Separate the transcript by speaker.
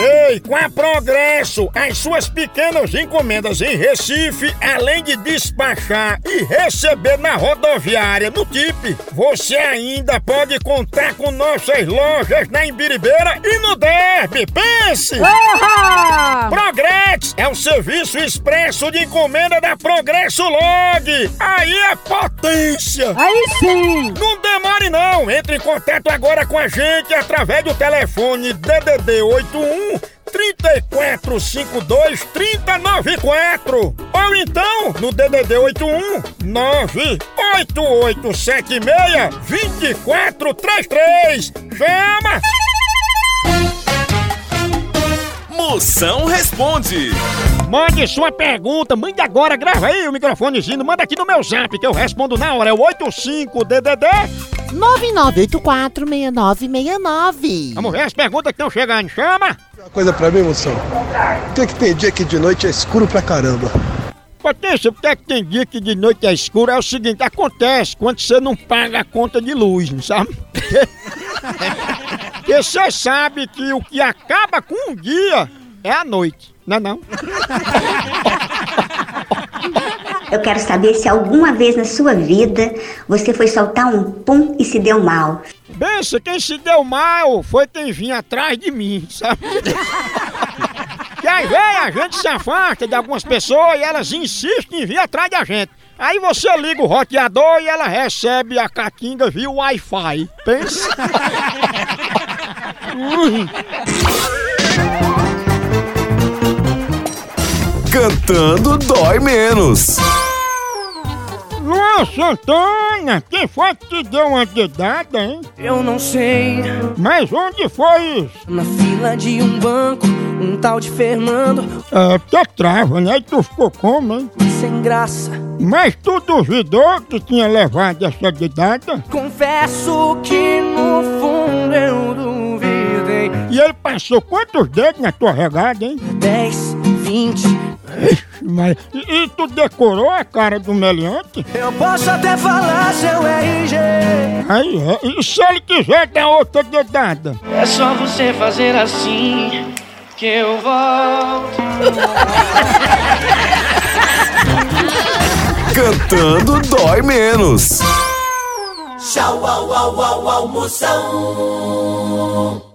Speaker 1: Ei, com a Progresso, as suas pequenas encomendas em Recife, além de despachar e receber na rodoviária no TIP, você ainda pode contar com nossas lojas na Imbiribeira e no Derby. Pense!
Speaker 2: Porra!
Speaker 1: Progresso é o serviço expresso de encomenda da Progresso Log. Aí é potência!
Speaker 2: Aí sim!
Speaker 1: Não demore não, entre em contato agora com a gente através do telefone DDD 81 3452 3094 ou então no DDD 81 98876 2433 chama!
Speaker 3: Moção responde.
Speaker 1: Mande sua pergunta, mande agora, grava aí o microfonezinho, manda aqui no meu zap que eu respondo na hora, é o 85 DDD
Speaker 4: 99846969.
Speaker 1: Vamos ver as perguntas que estão chegando, chama!
Speaker 5: Uma coisa pra mim, moção. Por que, que tem dia que de noite é escuro pra caramba?
Speaker 1: Potência, porque é que tem dia que de noite é escuro? É o seguinte, acontece quando você não paga a conta de luz, não sabe? Porque você sabe que o que acaba com um dia é a noite, não é não?
Speaker 6: Eu quero saber se alguma vez na sua vida você foi soltar um pum e se deu mal.
Speaker 1: Pensa, quem se deu mal foi quem vinha atrás de mim, sabe? Que às vezes a gente se afasta de algumas pessoas e elas insistem em vir atrás da gente. Aí você liga o roteador e ela recebe a caquinga via Wi-Fi. Pensa.
Speaker 3: Cantando dói menos.
Speaker 1: Luan Santana, quem foi que te deu uma dedada, hein?
Speaker 7: Eu não sei,
Speaker 1: Mas onde foi isso?
Speaker 7: na fila de um banco, um tal de Fernando,
Speaker 1: É, porque trava, né? E tu ficou como, hein?
Speaker 7: sem graça.
Speaker 1: Mas tu duvidou que tinha levado essa dedada?
Speaker 7: Confesso que no fundo eu duvidei.
Speaker 1: E ele passou quantos dedos na tua regada, hein?
Speaker 7: 10, 20.
Speaker 1: Mas, e, e tu decorou a cara do meliante?
Speaker 7: Eu posso até falar seu RG.
Speaker 1: Aí, é. E se ele quiser dar outra dedada?
Speaker 8: É só você fazer assim que eu volto.
Speaker 3: Cantando dói menos.
Speaker 9: Tchau, au, au, au, almoção.